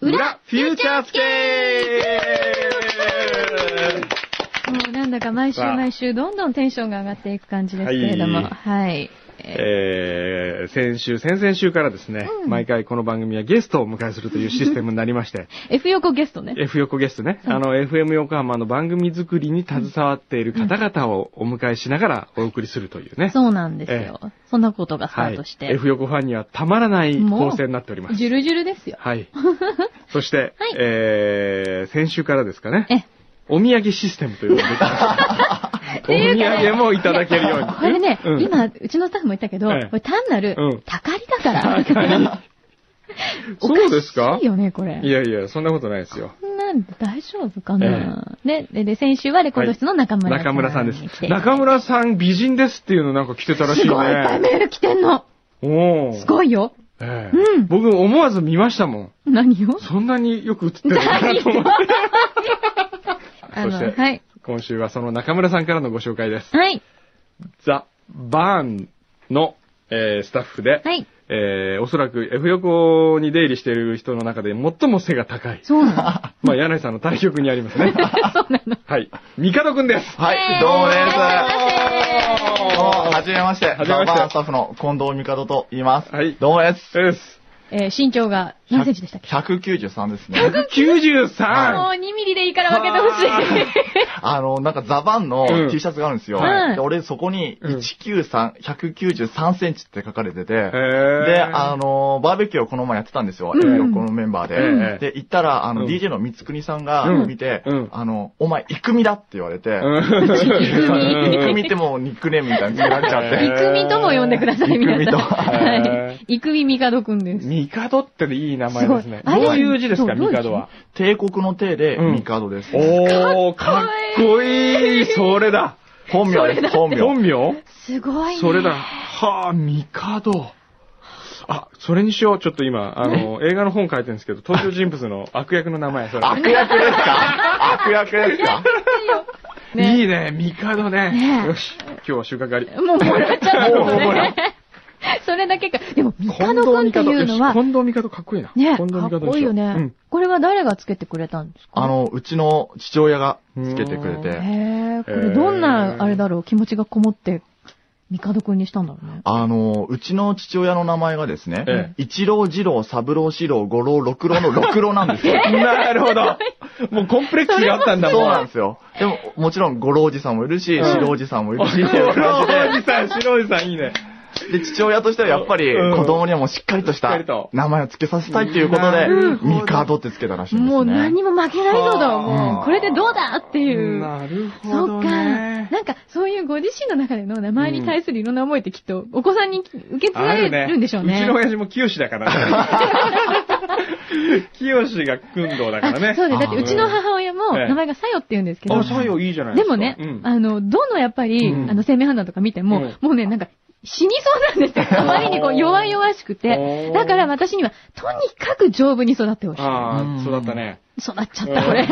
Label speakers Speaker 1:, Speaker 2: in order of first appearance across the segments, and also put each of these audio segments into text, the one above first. Speaker 1: 裏フューチャースケ
Speaker 2: もうなんだか毎週
Speaker 1: さあ
Speaker 2: 毎週どんどんテンションが上がっていく感じですけれども、
Speaker 1: は
Speaker 2: はいい。
Speaker 1: ー
Speaker 2: え
Speaker 1: えー、先週、先々週からですね、
Speaker 2: うん
Speaker 1: 毎回この番組はゲストをお迎えするというシステムになりま して、
Speaker 2: ー F 横ゲストね。
Speaker 1: F 横ゲストね、あの、FM 横浜の番組作りに携わっている方々をお迎えしながらお送りするというね。
Speaker 2: そうなんですよ。そんなことがスタ
Speaker 1: は
Speaker 2: ー
Speaker 1: い
Speaker 2: トし。て。
Speaker 1: F 横ファンにはたまらない
Speaker 2: もう
Speaker 1: 構成になっております。
Speaker 2: ジュルジュルです よ。
Speaker 1: はい。そして、
Speaker 2: はい
Speaker 1: えー、先週からですかね。
Speaker 2: え、
Speaker 1: お土産システムというのができ
Speaker 2: ていうか
Speaker 1: ました。お土産もいただけるように。
Speaker 2: これね、
Speaker 1: うん、
Speaker 2: 今、うちのスタッフも言ったけど、
Speaker 1: ええ
Speaker 2: これ単なる、
Speaker 1: うん
Speaker 2: たかりだから。 おかし
Speaker 1: そ
Speaker 2: い
Speaker 1: うですか
Speaker 2: よね、これ。
Speaker 1: いやいや、そんなことないですよ。
Speaker 2: そんなんで大丈夫かな、ねで、で、先週はレコード室の中村さん、
Speaker 1: 中村さんです
Speaker 2: に来て。
Speaker 1: 中村さん美人ですっていうのなんか来てたらしい
Speaker 2: すごいいっぱい
Speaker 1: ね。
Speaker 2: メール来てんの。
Speaker 1: お
Speaker 2: す
Speaker 1: ー
Speaker 2: ごいよ。
Speaker 1: ええ
Speaker 2: うん
Speaker 1: 僕思わず見ましたもん。
Speaker 2: 何を
Speaker 1: そんなによく映ってるのかなと 思って。そ
Speaker 2: あの、
Speaker 1: して
Speaker 2: はい。
Speaker 1: 今週はその中村さんからのご紹介です。
Speaker 2: はい。
Speaker 1: ザ・バーンの、えースタッフで、
Speaker 2: はい。
Speaker 1: えーおそらく F 横に出入りしている人の中で最も背が高い。
Speaker 2: そうな
Speaker 1: まあ、柳井さんの対局にあります ね。
Speaker 2: の。そうなの。
Speaker 1: はい。ミカドくんです。
Speaker 3: はい、どうもで
Speaker 1: イエーイ
Speaker 3: す。どうも、はじめまして。
Speaker 1: はじめまして
Speaker 3: ザバーンスタッフの近藤美門と言います。
Speaker 1: はい
Speaker 3: どうもです。
Speaker 1: です。
Speaker 2: えー身長が何センチでしたっけ
Speaker 3: 193ですね。
Speaker 1: 193!
Speaker 2: もう2ミリでいいから分けてほしい。
Speaker 3: あの、なんかザバンの
Speaker 1: うん
Speaker 3: T シャツがあるんですよ。
Speaker 2: はい
Speaker 3: で俺そこに
Speaker 1: うん
Speaker 3: 193、193センチって書かれてて、
Speaker 1: ー
Speaker 3: で、あの、バーベキューをこの前やってたんですよ。
Speaker 2: ん
Speaker 3: エビロコのメンバーで。
Speaker 1: うん
Speaker 3: で、行ったら、あの、
Speaker 1: うん
Speaker 3: DJ の三つ国さんが
Speaker 1: うん
Speaker 3: 見て、
Speaker 1: うん
Speaker 3: あの、お前、イクミだって言われて、
Speaker 1: うん
Speaker 3: イクミってもうニックネームみたいになっちゃっ
Speaker 1: へ
Speaker 3: て
Speaker 1: ー。
Speaker 2: イクミとも呼んでください、皆さん。
Speaker 3: イクミと
Speaker 2: はい。イクミミカドくんです。
Speaker 1: ミカドっていい名前ですね。
Speaker 2: すごいあれ
Speaker 1: どういう字ですか、
Speaker 2: そう
Speaker 1: ミカドは。
Speaker 3: 帝国の帝で、
Speaker 1: うん
Speaker 3: ミカドです。
Speaker 1: おー、かっこいいそれだ
Speaker 3: 本名です、本名。
Speaker 1: 本名
Speaker 2: すごいね。
Speaker 1: それだ。。はぁ、ミカド。あ、それにしよう。ちょっと今、あの、映画の本書いてるんですけど、登場人物 の悪役の名前、それ。
Speaker 3: 悪役ですか悪役ですか
Speaker 2: ね
Speaker 1: いいね、ミカドね。
Speaker 2: ね
Speaker 1: よし、今日は収穫あり。
Speaker 2: もうもらっちゃった
Speaker 3: もうも
Speaker 2: の
Speaker 3: らっ
Speaker 2: ね。それだけか。でも、ミカドくんっていうのは、
Speaker 1: 近藤ミカドかっこいいな。
Speaker 2: ね、
Speaker 1: 近藤
Speaker 2: か
Speaker 1: ミカ
Speaker 2: っ
Speaker 1: ドに
Speaker 2: こ
Speaker 1: し
Speaker 2: いいよ
Speaker 1: う
Speaker 2: ね
Speaker 1: ん。
Speaker 2: これは誰がつけてくれたんですか
Speaker 3: あの、うちの父親がつけてくれ
Speaker 1: う
Speaker 3: て、
Speaker 2: へえ、これどんな、あれだろう、気持ちがこもって、ミカドくんにしたんだろうね。
Speaker 3: あの、うちの父親の名前がです
Speaker 1: え
Speaker 3: ね、一郎二郎三郎四郎五郎六郎の六郎なんですよ。
Speaker 1: なるほど。もうコンプレックスがあったんだもん。
Speaker 3: そうなんですよ。でも、もちろん五郎おじさんもいるし、
Speaker 1: うん
Speaker 3: 四郎おじさんもいるし、っていう
Speaker 1: 黒
Speaker 3: 感
Speaker 1: おじさん、白おじさんいいね。
Speaker 3: じで、で、父親としてはやっぱり
Speaker 1: うん
Speaker 3: 子供にはもうしっかりとし
Speaker 1: しったかりと
Speaker 3: 名前を付けさせたいということ
Speaker 1: な
Speaker 3: で
Speaker 1: る、ほど
Speaker 3: ミカドって付けたらしいんですね。
Speaker 2: もう何にも負けないぞだ、
Speaker 1: う
Speaker 2: も
Speaker 1: ん
Speaker 2: う。これでどうだっていう。
Speaker 1: なるほ
Speaker 2: そ
Speaker 1: ど
Speaker 2: っか。な
Speaker 1: ね。
Speaker 2: んか、そういうご自身の中での名前に対するいろんな思いってきっと、お子さんに受け継がれるんでしょう
Speaker 1: うち
Speaker 2: ね
Speaker 1: の。親父も清だ からね。清が訓導だから
Speaker 2: あ
Speaker 1: ね。
Speaker 2: そうです。だっ
Speaker 3: あー
Speaker 2: て、うちの母親も、
Speaker 1: ええ
Speaker 2: 名前がさよって言うんですけど。
Speaker 1: あ、作用いいじゃないで
Speaker 2: です
Speaker 1: か。
Speaker 2: もね
Speaker 1: うん、
Speaker 2: あの、どのやっぱり、
Speaker 1: うん
Speaker 2: あの、生命判断とか見ても、もうね、なんか、死にそうなんですよ。あまりにこう、弱々しく
Speaker 1: お
Speaker 2: て
Speaker 1: ー。
Speaker 2: だから私には、とにかく丈夫に育ってほしい。
Speaker 1: ああ、そうだったね。
Speaker 2: 育っちゃった、これ。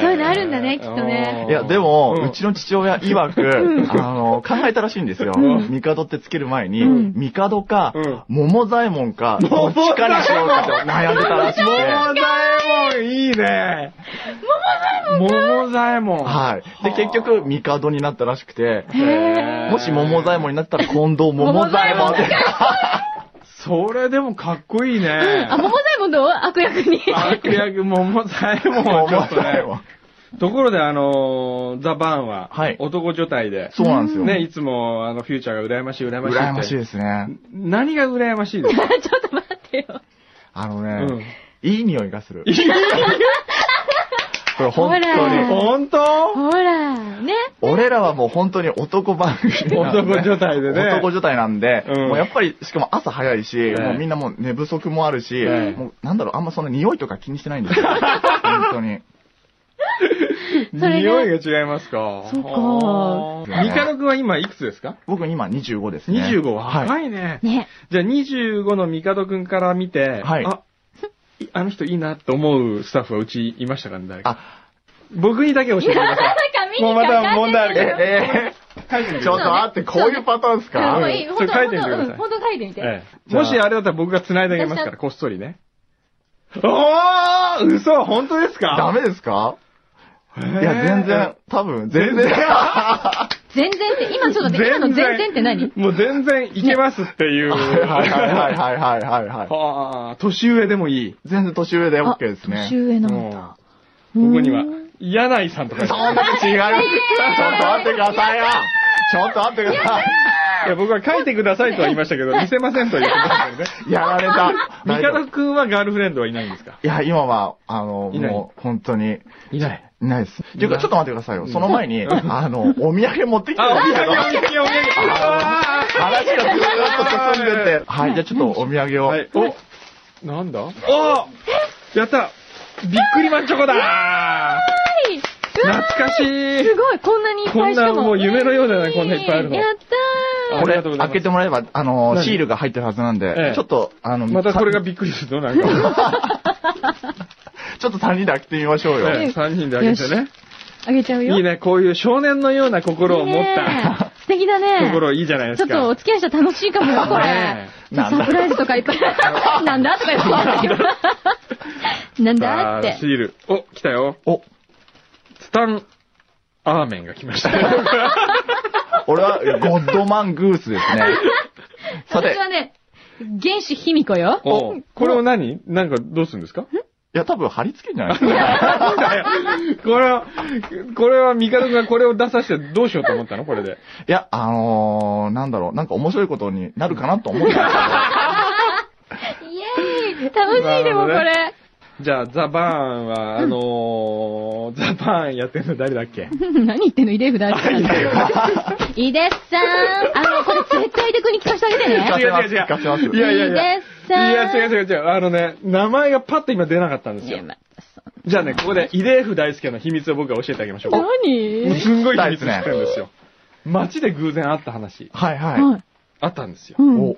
Speaker 2: そういうのあるんだねきっとね
Speaker 3: いや、でも、うちの父親曰く、あの、考えたらしいんですよ。ミカドってつける前に、
Speaker 2: ん
Speaker 3: ミカドか
Speaker 1: うん、
Speaker 3: 桃左衛門か、どっちかにしようかと悩んでたらしくて。
Speaker 1: 桃左衛門いいね。桃左衛門
Speaker 3: はい。で、結局、ミカドになったらしくて、
Speaker 1: へー
Speaker 3: もし桃左衛門になったら、近藤桃左衛門で。
Speaker 1: それでもかっこいいね。
Speaker 2: あ、桃左衛門どう悪役に。
Speaker 1: 悪役桃左衛門は
Speaker 3: 桃
Speaker 1: ちょっと
Speaker 3: 左衛
Speaker 1: ね。
Speaker 3: 門。
Speaker 1: ところで、あのーザ・バーンは、
Speaker 3: はい
Speaker 1: 男女体で、
Speaker 3: そうなんですよ。
Speaker 1: ね、いつも、あの、フューチャーが羨ましい、羨ましいって。
Speaker 3: 羨ましいですね。
Speaker 1: 何が羨ましいですか
Speaker 2: ちょっと待ってよ。
Speaker 3: あの
Speaker 1: うん
Speaker 3: ね、いい匂いがする。これ
Speaker 2: ほ
Speaker 3: 本当に。
Speaker 2: ら、
Speaker 1: 本当
Speaker 2: ほら、ね。
Speaker 3: 俺らはもう本当に男番組なんで。
Speaker 1: 男女体でね
Speaker 3: 男女体なんで、
Speaker 1: うん
Speaker 3: もうやっぱり、しかも朝早いし、
Speaker 1: え
Speaker 3: もうみんなもう寝不足もあるし、
Speaker 1: ええ
Speaker 3: もうなんだろう、あんまその匂いとか気にしてないんですよ。本当に。
Speaker 2: それね
Speaker 1: 匂いが違いますか。
Speaker 2: そうか
Speaker 1: はあミカノ君は今いくつですか
Speaker 3: 僕今25ですね。
Speaker 1: ?25。
Speaker 3: はい。
Speaker 1: 若いね。
Speaker 2: ね。
Speaker 1: じゃあ25のミカド君から見て、
Speaker 3: はい
Speaker 1: あ、いあの人いいなと思うスタッフはうちいましたかね、誰か。
Speaker 3: あ、
Speaker 1: 僕にだけ教えて くださ い。
Speaker 2: いや
Speaker 1: もう
Speaker 2: ま
Speaker 1: ま
Speaker 2: だ
Speaker 1: た問
Speaker 2: 髪に
Speaker 1: 題あ
Speaker 2: か
Speaker 1: る
Speaker 2: かっ
Speaker 3: え、
Speaker 2: て
Speaker 1: け
Speaker 2: る
Speaker 1: ど。書い
Speaker 3: え
Speaker 1: てみ
Speaker 3: ー、
Speaker 1: て
Speaker 3: ちょっと待って、こういうパターンです
Speaker 2: あ
Speaker 3: か
Speaker 2: もういい、
Speaker 1: うん
Speaker 2: ほんと、
Speaker 1: それ書い
Speaker 2: ほん
Speaker 1: てみてください
Speaker 2: と、ほんと書いてみて。
Speaker 1: ええもしあれだったら僕が繋いであげますか
Speaker 2: 私
Speaker 1: ら、こっそりね。おー嘘本当ですか
Speaker 3: ダメですか
Speaker 1: い
Speaker 3: いや、全然。、多分、全然。
Speaker 2: 全然って、今ちょっと待って、今の全然って何
Speaker 1: もう全然いけますっていう。
Speaker 3: はいはいはいはいはいはいはい。
Speaker 1: はあ、年上でもいい。
Speaker 3: 全然年上で OK です
Speaker 2: あ
Speaker 3: ね。
Speaker 2: 年上な
Speaker 1: うんん
Speaker 2: だ。
Speaker 1: ここには
Speaker 2: うーん、
Speaker 1: 柳井さんとかい
Speaker 3: そんなに違います。ちょっと待ってくださいよ。ちょっと待ってくださ
Speaker 1: や、僕は書いてくださいとは言いましたけど、見せませんとは言ってましたけどね。
Speaker 3: い。やられた。
Speaker 1: 三方くんはガールフレンドはいないんですか
Speaker 3: いや、今は、あの、
Speaker 1: いない
Speaker 3: もう、本当に、
Speaker 1: いない。
Speaker 3: いないです。ていうか、ちょっと待ってくださいよ。その前に、
Speaker 1: うん
Speaker 3: あの、お土産持ってきて
Speaker 1: あ、お
Speaker 3: るん
Speaker 1: 土
Speaker 3: ですけ
Speaker 1: 産、
Speaker 3: ど
Speaker 1: お土産、お土産。
Speaker 3: 話がずーっと進んでて。はい、じゃあちょっとお土産を。
Speaker 1: はい、お、なんだおやったびっくりマンチョコだ
Speaker 2: はい
Speaker 1: 懐かしい
Speaker 2: すごいこんなにいっぱいしかも
Speaker 1: こんなもう夢のようじゃないこんないっぱいあるの
Speaker 2: やったー
Speaker 3: こ
Speaker 1: あり
Speaker 3: れ、
Speaker 1: がとうございます
Speaker 3: 開けてもらえば、あの、
Speaker 1: 何
Speaker 3: シールが入ってるはずなん
Speaker 1: え
Speaker 3: で
Speaker 1: え、
Speaker 3: ちょっと、あの、
Speaker 1: またこれが
Speaker 3: さ
Speaker 1: びっくりするのなんか。
Speaker 3: ちょっと3人で開けてみましょうよ。
Speaker 1: ええ三人であげてね。
Speaker 2: あげちゃうよ
Speaker 1: いいね、こういう少年のような心を持っ
Speaker 2: ね
Speaker 1: た
Speaker 2: え素敵だね
Speaker 1: ところいいじゃないで
Speaker 2: ちょ
Speaker 1: す
Speaker 2: っとお
Speaker 1: か。
Speaker 2: 付き合いしたら楽しいかもよこれ
Speaker 1: ね
Speaker 3: なん
Speaker 2: サ
Speaker 3: だ
Speaker 2: プライズとかいっ ぱいなんだとか言ってなんだっ
Speaker 1: さあ
Speaker 2: て
Speaker 1: シール。お、来たよ。
Speaker 3: お、
Speaker 1: ツタン、アーメンが来ました。は
Speaker 3: 俺は、ゴッドマングースですね。 さて
Speaker 2: 私、はね原始卑弥呼よ
Speaker 1: おこれを何なんかどうするんですか
Speaker 3: いや、多分貼り付けんじゃないです か。
Speaker 1: なんだよこれは、これは、ミカド君がこれを出させてどうしようと思ったのこれで。
Speaker 3: いや、あのー、なんだろう、なんか面白いことになるかなと思って
Speaker 2: イエーイ楽しいでもこ
Speaker 1: なるほど
Speaker 2: れ
Speaker 1: じゃあ、ザ・バーンは、あのー、ザ・バーンやってるの誰だっ け
Speaker 2: 何言ってんのイデーフ大好きなんだよ。イデフさん、あの、これ絶対的に聞かせてあげてね。
Speaker 3: 違う違う違う
Speaker 1: ガチますいやいやいや。
Speaker 2: イデフ
Speaker 1: い
Speaker 2: さん。
Speaker 1: や、違う違う違う。あのね、名前がパッと今出なかったんですよ。
Speaker 2: 山田さん
Speaker 1: じゃあね、ここで、イデーフ大輔の秘密を僕が教えてあげましょう。もうす
Speaker 2: 何
Speaker 1: んごい秘密知ってるんですよ。街で偶然会った話、
Speaker 3: はいは。
Speaker 2: はいい。
Speaker 1: あったんですよ
Speaker 2: う。ん。
Speaker 3: お、
Speaker 2: はい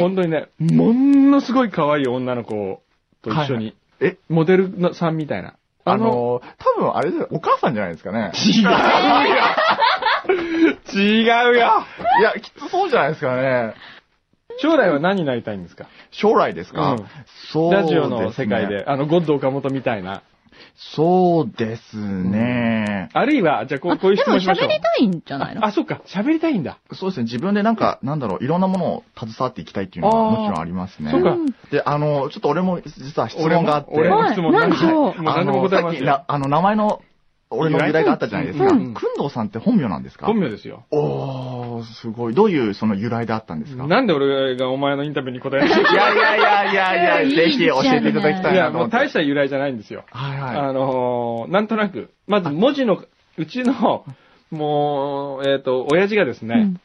Speaker 1: 本当にね、ものすごい可愛い女の子と一緒に、
Speaker 3: え、
Speaker 1: モデルのさんみたいな。
Speaker 3: あのー、多分あれでお母さんじゃないです かね。
Speaker 1: 違うよ違う よ
Speaker 3: いや、きっとそうじゃないですかね。
Speaker 1: 将来は何になりたいんですか
Speaker 3: 将来ですか、
Speaker 1: うん
Speaker 3: そうですね
Speaker 1: ラジオの世界で、あの、ゴッド岡本みたいな。
Speaker 3: そうですね。
Speaker 1: あるいは、じゃあこう、こういう
Speaker 2: で
Speaker 1: 質
Speaker 2: も
Speaker 1: 問しましょ
Speaker 2: 喋
Speaker 1: う。
Speaker 2: りたいんじゃないの
Speaker 1: あ、そっか、喋りたいんだ。
Speaker 3: そうですね。自分でなんか、なんだろう、いろんなものを携わっていきたいっていうの
Speaker 1: あ
Speaker 3: は
Speaker 1: ー
Speaker 3: もちろんありますね。
Speaker 1: そうか
Speaker 2: ん。
Speaker 3: で、あの、ちょっと俺も実は質問があって、
Speaker 1: 俺も俺の質問
Speaker 2: はい
Speaker 1: 何でも
Speaker 2: なん
Speaker 1: もう何でも
Speaker 3: の、
Speaker 1: 答え
Speaker 3: さ
Speaker 1: ま
Speaker 3: っ
Speaker 1: す
Speaker 3: き
Speaker 1: よ
Speaker 3: な。、あの、名前の、俺の由来があったじゃないですか。
Speaker 1: う
Speaker 3: く
Speaker 1: ん
Speaker 3: んどうさんって本名なんですか
Speaker 1: 本名ですよ。
Speaker 3: おー、すごい。どういうその由来であったんですか
Speaker 1: なんで俺がお前のインタビューに答えなきゃ い
Speaker 3: いやいやいやいやいや、
Speaker 2: い
Speaker 3: ぜ
Speaker 2: い
Speaker 3: ひ
Speaker 2: じゃ
Speaker 3: 教
Speaker 2: ない
Speaker 3: えていただき
Speaker 1: け
Speaker 3: た
Speaker 1: ないいいや、
Speaker 3: な
Speaker 1: も
Speaker 3: と思
Speaker 1: う
Speaker 3: って。
Speaker 1: 大した由来じゃないんですよ。
Speaker 3: はいはい。
Speaker 1: あのー、なんとなく、まず文字の、うちの、もう、えっ、と、親父がですね、
Speaker 2: うん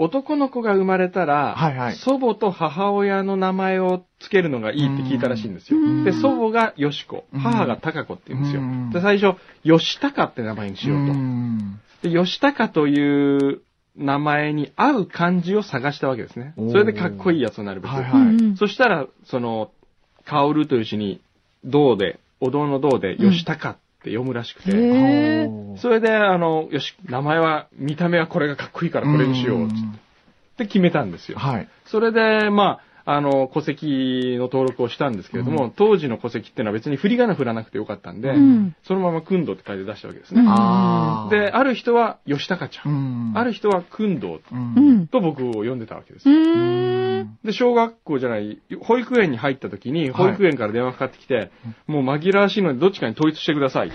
Speaker 1: 男の子が生まれたら、
Speaker 3: はいはい
Speaker 1: 祖母と母親の名前をつけるのがいいって聞いたらしいんですよ
Speaker 2: うん。
Speaker 1: で、祖母がよしこ、
Speaker 3: うん
Speaker 1: 母がたかこって言うんですよ
Speaker 3: うん。
Speaker 1: で、最初、よしたかって名前にしよ
Speaker 3: う
Speaker 1: う
Speaker 3: ーん
Speaker 1: と。で、よしたかという名前に合う漢字を探したわけですね。
Speaker 3: おー
Speaker 1: それでかっこいいやつになるべく。
Speaker 3: は
Speaker 2: う
Speaker 3: い
Speaker 2: ん
Speaker 3: は
Speaker 2: う
Speaker 3: い。
Speaker 2: ん
Speaker 1: そしたら、その、薫という詩に、銅で、お堂の銅で、
Speaker 2: うん
Speaker 1: 吉高って読むらしくて、
Speaker 2: へー
Speaker 1: それで、あの、よし、名前は、見た目はこれがかっこいいからこれにしよう、つって決めたんですよ。
Speaker 3: はい。
Speaker 1: それで、まあ、あの、戸籍の登録をしたんですけれども、
Speaker 3: う
Speaker 1: 当時の戸籍っていうのは別に振り仮名振らなくてよかったんで、
Speaker 2: うん
Speaker 1: そのまま、くんどって書いて出したわけです
Speaker 2: うん
Speaker 1: ね。
Speaker 3: あー
Speaker 1: で、、ある人は、吉高ちゃ。
Speaker 3: うんん
Speaker 1: ある人は、くんど
Speaker 3: うん
Speaker 2: うん。
Speaker 1: と僕を呼んでたわけですよ
Speaker 2: う
Speaker 3: う
Speaker 2: ーん。
Speaker 1: で、小学校じゃない、保育園に入った時に、保育園から電話かかってきて、もう紛らわしいのでどっちかに統一してくだ さいと、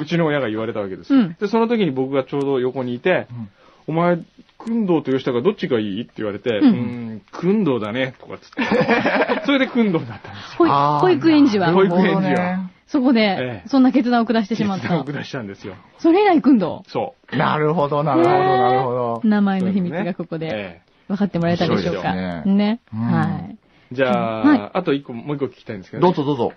Speaker 1: うちの親が言われたわけですよ、
Speaker 2: うん
Speaker 1: で、その時に僕がちょうど横にいて、
Speaker 3: うん
Speaker 1: お前、訓道と吉高どっちがいいって言われて、う
Speaker 2: うん
Speaker 1: ーん、訓道だね、とかっつっ て。それで訓道になったんです
Speaker 2: 保
Speaker 3: あー
Speaker 2: 保育園児
Speaker 1: 保
Speaker 2: は、
Speaker 1: 育園児は
Speaker 3: なるほどね
Speaker 2: そこ
Speaker 1: え
Speaker 2: で、
Speaker 1: え
Speaker 2: そんな決断を下してしま っ
Speaker 1: 決断を
Speaker 2: た。
Speaker 1: 下したんですよ。
Speaker 2: それ以来行くんだ。
Speaker 1: そ
Speaker 3: なるほど、なるほど、なるほど。
Speaker 2: 名前
Speaker 1: う。
Speaker 2: の秘密がこ
Speaker 1: そ
Speaker 2: こ
Speaker 1: うす
Speaker 2: で
Speaker 1: ねえ
Speaker 2: 分かってもらえたでしょうか。
Speaker 3: 面白いですね
Speaker 2: ね。
Speaker 3: うん
Speaker 2: はい。
Speaker 1: えじゃあ、
Speaker 2: はい
Speaker 1: あと一個、もう一個聞きたいんですけど、
Speaker 3: どうぞどうぞ。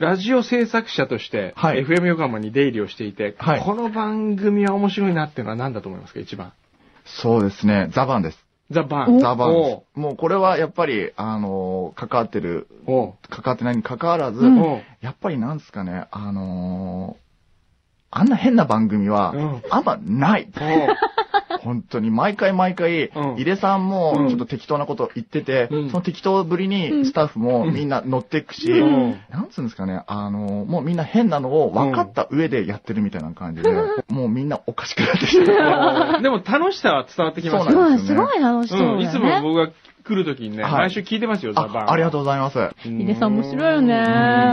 Speaker 1: ラジオ制作者として、
Speaker 3: はい
Speaker 1: FM 横浜に出入りをしていて、
Speaker 3: はい
Speaker 1: この番組は面白いなっていうのは何だと思いますか、一番。
Speaker 3: そうですね、ザバンです。
Speaker 1: ザ・バーン。
Speaker 2: お
Speaker 3: ザバンで
Speaker 1: お
Speaker 3: す。もうこれはやっぱり、あのー、関わってる、
Speaker 1: おう
Speaker 3: 関わってないに関わらず、
Speaker 2: うん
Speaker 1: おう
Speaker 3: やっぱりなんですかね、あのー、あんな変な番組は、
Speaker 1: うん
Speaker 3: あんまない。
Speaker 1: おう
Speaker 3: 本当に、毎回毎回
Speaker 1: うん、
Speaker 3: 井出さん
Speaker 1: うん
Speaker 3: もちょっと適当なこと言ってて、
Speaker 1: うん
Speaker 3: その適当ぶりにスタッフもみんな乗っていくし、
Speaker 1: うん
Speaker 3: なんつうんですかね、あの、もうみんな変なのを分かった上でやってるみたいな感じで、もうみんなおかしくなって しま う。
Speaker 1: でも楽しさは伝わってきました
Speaker 3: そう
Speaker 1: ね。
Speaker 3: な
Speaker 2: うんん、
Speaker 3: で
Speaker 2: すごい楽しそ
Speaker 3: すよね
Speaker 2: うだ
Speaker 1: う
Speaker 2: ね。
Speaker 1: ん。いつも僕が来るときにね、
Speaker 3: はい
Speaker 1: 毎週聞いてますよ、ザバン。
Speaker 3: あありがと
Speaker 1: う。
Speaker 3: うございます。
Speaker 2: ヒデさん面白いよね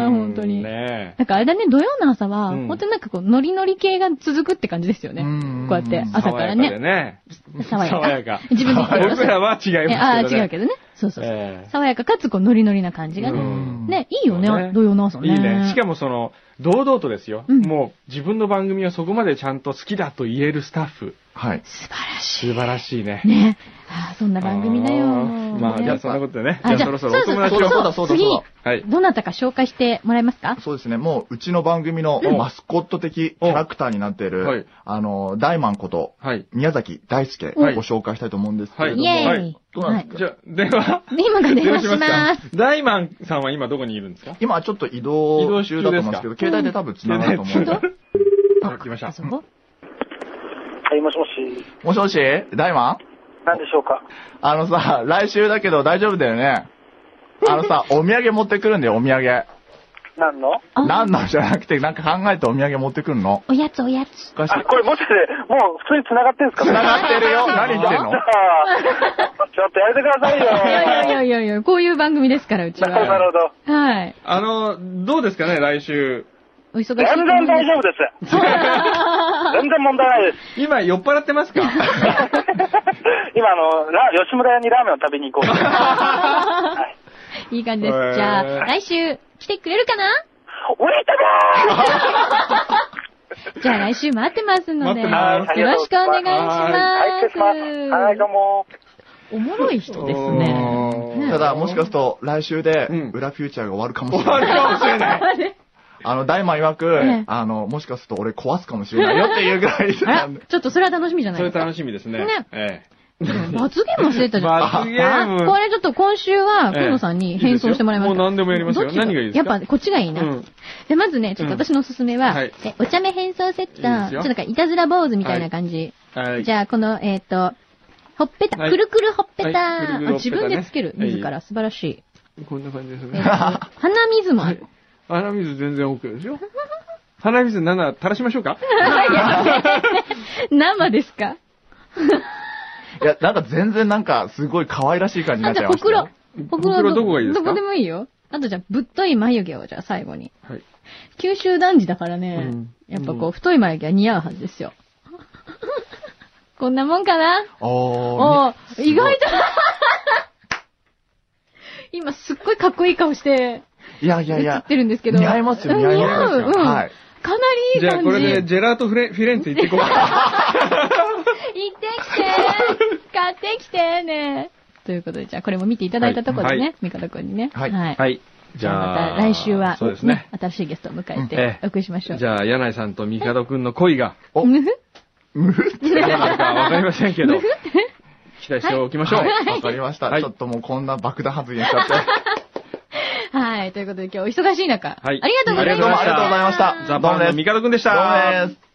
Speaker 2: 本当に
Speaker 1: ね
Speaker 2: なんかあれだね、土曜の朝は、
Speaker 1: うん
Speaker 2: 本当になんかこう、ノリノリ系が続くって感じですよね。
Speaker 3: うん
Speaker 2: こうやって
Speaker 3: う、ん
Speaker 1: え
Speaker 2: 朝からね。
Speaker 1: 爽
Speaker 2: 爽
Speaker 1: や
Speaker 2: や
Speaker 1: か
Speaker 2: か
Speaker 1: でね。爽やか。
Speaker 2: 自分で言ってまし
Speaker 1: 僕
Speaker 2: た。
Speaker 1: らは違い
Speaker 2: えああ
Speaker 1: ます
Speaker 2: ー、
Speaker 1: けどね。
Speaker 2: 違うけどね。そうそうそう。
Speaker 1: ええ
Speaker 2: 爽やかかつ、こう、ノリノリな感じが
Speaker 1: う
Speaker 2: ね。
Speaker 1: ん
Speaker 2: ね、いいよ
Speaker 1: そうね
Speaker 2: ね、土曜の朝ね。
Speaker 1: いいね。しかもその、堂々とですよ。
Speaker 2: うん
Speaker 1: もう、自分の番組はそこまでちゃんと好きだと言えるスタッフ。
Speaker 3: はい。
Speaker 2: 素晴らし
Speaker 1: 素晴らしいね
Speaker 2: い。。ね。ああ、そんな番組だよ。
Speaker 1: あーまあ、
Speaker 2: ね
Speaker 1: じゃあそんなことでね。
Speaker 2: あ
Speaker 1: じゃあ
Speaker 2: じゃあ
Speaker 1: そろそろお友達
Speaker 3: そうだそう
Speaker 1: を。
Speaker 3: だそうだそうだ。
Speaker 1: はい。
Speaker 2: どなたか紹介してもらえますか
Speaker 3: そうですね、もううちの番組の
Speaker 1: うん
Speaker 3: マスコット的キャラクターになっている、
Speaker 1: うんはい
Speaker 3: あの、大マンこと、
Speaker 1: はい。
Speaker 3: 宮崎大輔を
Speaker 1: はい
Speaker 3: ご紹介したいと思うんですけれども、
Speaker 2: イエ
Speaker 1: は
Speaker 2: ー
Speaker 1: い
Speaker 2: イ。
Speaker 3: どうなんです
Speaker 1: じゃあ、電話
Speaker 2: で今から電話しま
Speaker 1: かダイマンさんは今どこにいるんですか
Speaker 3: 今はちょっと移
Speaker 1: 移動
Speaker 3: 動
Speaker 1: 中
Speaker 3: 中
Speaker 1: で
Speaker 3: だ
Speaker 1: すか
Speaker 3: と思うんですけど、携帯で多分繋がると思うんで。
Speaker 1: あ、来ました
Speaker 2: す。。そこ
Speaker 4: はい、もしもし。
Speaker 3: もしもし大マン
Speaker 4: 何でしょうか。
Speaker 3: あのさ、来週だけど大丈夫だよね。あのさ、お土産持ってくるんだよ、お土産。
Speaker 4: 何の
Speaker 2: あ
Speaker 3: 何のじゃなくて、なんか考えてお土産持ってくるの。
Speaker 2: おやつおやつ。
Speaker 3: おかしい
Speaker 4: あ、これもしかして、もう普通に繋がってんすか
Speaker 3: 繋がって るよ。 何言ってんの
Speaker 4: じゃあちょっとやめてくださいよ。
Speaker 2: いやいやいやいやいや、こういう番組ですから、うち
Speaker 4: なるほど、な
Speaker 2: は。
Speaker 4: るほど。
Speaker 2: はい。
Speaker 1: あの、どうですかね、来週。
Speaker 2: お忙しいと思い
Speaker 4: 全然大丈
Speaker 2: 夫。
Speaker 4: 夫です。全然問題ないです。
Speaker 1: 今、酔っ払ってますか
Speaker 4: 今、あの、ラ吉村屋にラーメンを食べに 行こうと。はい
Speaker 2: いい感じです。
Speaker 1: へー
Speaker 2: じゃあ、来週来てくれるかな
Speaker 4: おいただー
Speaker 2: じゃあ来週待ってますので、
Speaker 1: 待って
Speaker 2: よ
Speaker 1: ま
Speaker 2: ろ
Speaker 4: す
Speaker 2: しくお願いし
Speaker 4: はい、失礼します。はい、
Speaker 2: ま
Speaker 4: どうも。
Speaker 2: す。おもろい人ですね。
Speaker 1: おー
Speaker 3: ただ、もしかすると、来週で
Speaker 1: うん、
Speaker 3: 裏フューチャーが終わるかもし
Speaker 1: 終
Speaker 3: れな
Speaker 1: わ
Speaker 3: い
Speaker 1: る。かもしれ ない。
Speaker 2: あれ
Speaker 3: あの、大魔曰く、
Speaker 2: ええ
Speaker 3: あの、もしかすると俺壊すかもしれないよっていうぐらい
Speaker 2: あ
Speaker 3: な
Speaker 2: ら
Speaker 3: んで。
Speaker 2: ちょっとそれは楽しみじゃな
Speaker 1: そ
Speaker 2: い
Speaker 1: れ
Speaker 2: ですか。
Speaker 1: 楽しみですね。
Speaker 2: ね
Speaker 1: え
Speaker 2: 罰ゲーム忘れたじゃん。
Speaker 1: 罰ゲーム
Speaker 2: あこれちょっと今週は、
Speaker 1: ええ
Speaker 2: 河野さんに変装してもらいます
Speaker 1: いいですよもう何でもやりますよ
Speaker 2: どっちが
Speaker 1: 何がいいですか
Speaker 2: やっぱこっちがいいな。
Speaker 1: うん
Speaker 2: で、まずね、ちょっと私のおすすめは、
Speaker 1: うんはい
Speaker 2: えお茶目変装セット、
Speaker 1: いいです
Speaker 2: ちょ
Speaker 1: よ
Speaker 2: っとなんかいたずら坊主みたいな感じ。
Speaker 1: え。はい。
Speaker 2: じゃあ、この、えっ、と、ほっぺた、
Speaker 1: はい
Speaker 2: くるくるほっぺた、
Speaker 1: はいくるくるほっぺたね
Speaker 2: あ自分でつける、自ら、
Speaker 1: はい
Speaker 2: 素晴らし い。
Speaker 1: こんな感じです
Speaker 2: え
Speaker 1: ね
Speaker 2: ー。鼻水もあ
Speaker 1: は
Speaker 2: る
Speaker 1: い。。鼻水全然 OK ですよ。鼻水7垂らしましょ うか
Speaker 2: 生で すか
Speaker 3: いや、なんか全然なんか、すごい可愛らしい感じにな
Speaker 2: あ、
Speaker 3: っち
Speaker 2: じ
Speaker 3: ゃ
Speaker 2: ゃあ、
Speaker 3: いま
Speaker 2: ほ
Speaker 3: した
Speaker 2: くろ
Speaker 3: よ。。
Speaker 2: ほくろは
Speaker 1: ほくろどこがいいですか
Speaker 2: どこでもいいよ。あとじゃあ、ぶっとい眉毛を、じゃあ最後に。
Speaker 1: はい。
Speaker 2: 九州男児だからね、
Speaker 1: うん
Speaker 2: やっぱ
Speaker 1: う
Speaker 2: こ
Speaker 1: ん
Speaker 2: う、太い眉毛は似合うはずですよ。こんなもんかな
Speaker 3: おー。
Speaker 2: おー意外と、今すっごいかっこいい顔して
Speaker 3: いやい
Speaker 2: 映
Speaker 3: やいや
Speaker 2: っ。てるんですけど。
Speaker 3: 似合いますよ、
Speaker 2: うん
Speaker 3: 似合いま
Speaker 2: 似
Speaker 3: す
Speaker 2: 合う、
Speaker 3: よ。
Speaker 2: うん
Speaker 3: はい。
Speaker 2: かなりいい
Speaker 1: じ
Speaker 2: 感
Speaker 1: ゃあ
Speaker 2: じ。
Speaker 1: これでジェラートフレフィレンツェ行っていこう か。
Speaker 2: 行ってきて買ってきてねということで、じゃあこれも見ていただいたところ
Speaker 1: は
Speaker 2: で
Speaker 1: い
Speaker 2: ね、ミカド君にね。
Speaker 3: はい
Speaker 1: はい。
Speaker 2: じゃあまた来週は、
Speaker 1: そうですね。
Speaker 2: 新しいゲストを迎え
Speaker 1: うんえ
Speaker 2: て
Speaker 1: え
Speaker 2: お送りしましょう。
Speaker 1: じゃあ、柳井さんと帝くんの恋が、
Speaker 3: お、
Speaker 2: む
Speaker 3: む
Speaker 2: ふ
Speaker 3: ふって。
Speaker 1: どうなるかわかりません けど、期待しておきましょう。
Speaker 3: はいわかりました。
Speaker 1: はい
Speaker 3: ちょっともうこんな爆弾発言しちゃって。
Speaker 2: はい、ということで今日お忙しい中、
Speaker 1: はい
Speaker 2: ありがとうございました。
Speaker 3: ありがとうございました
Speaker 1: ザ・バンの帝くんでした。
Speaker 3: どうもです。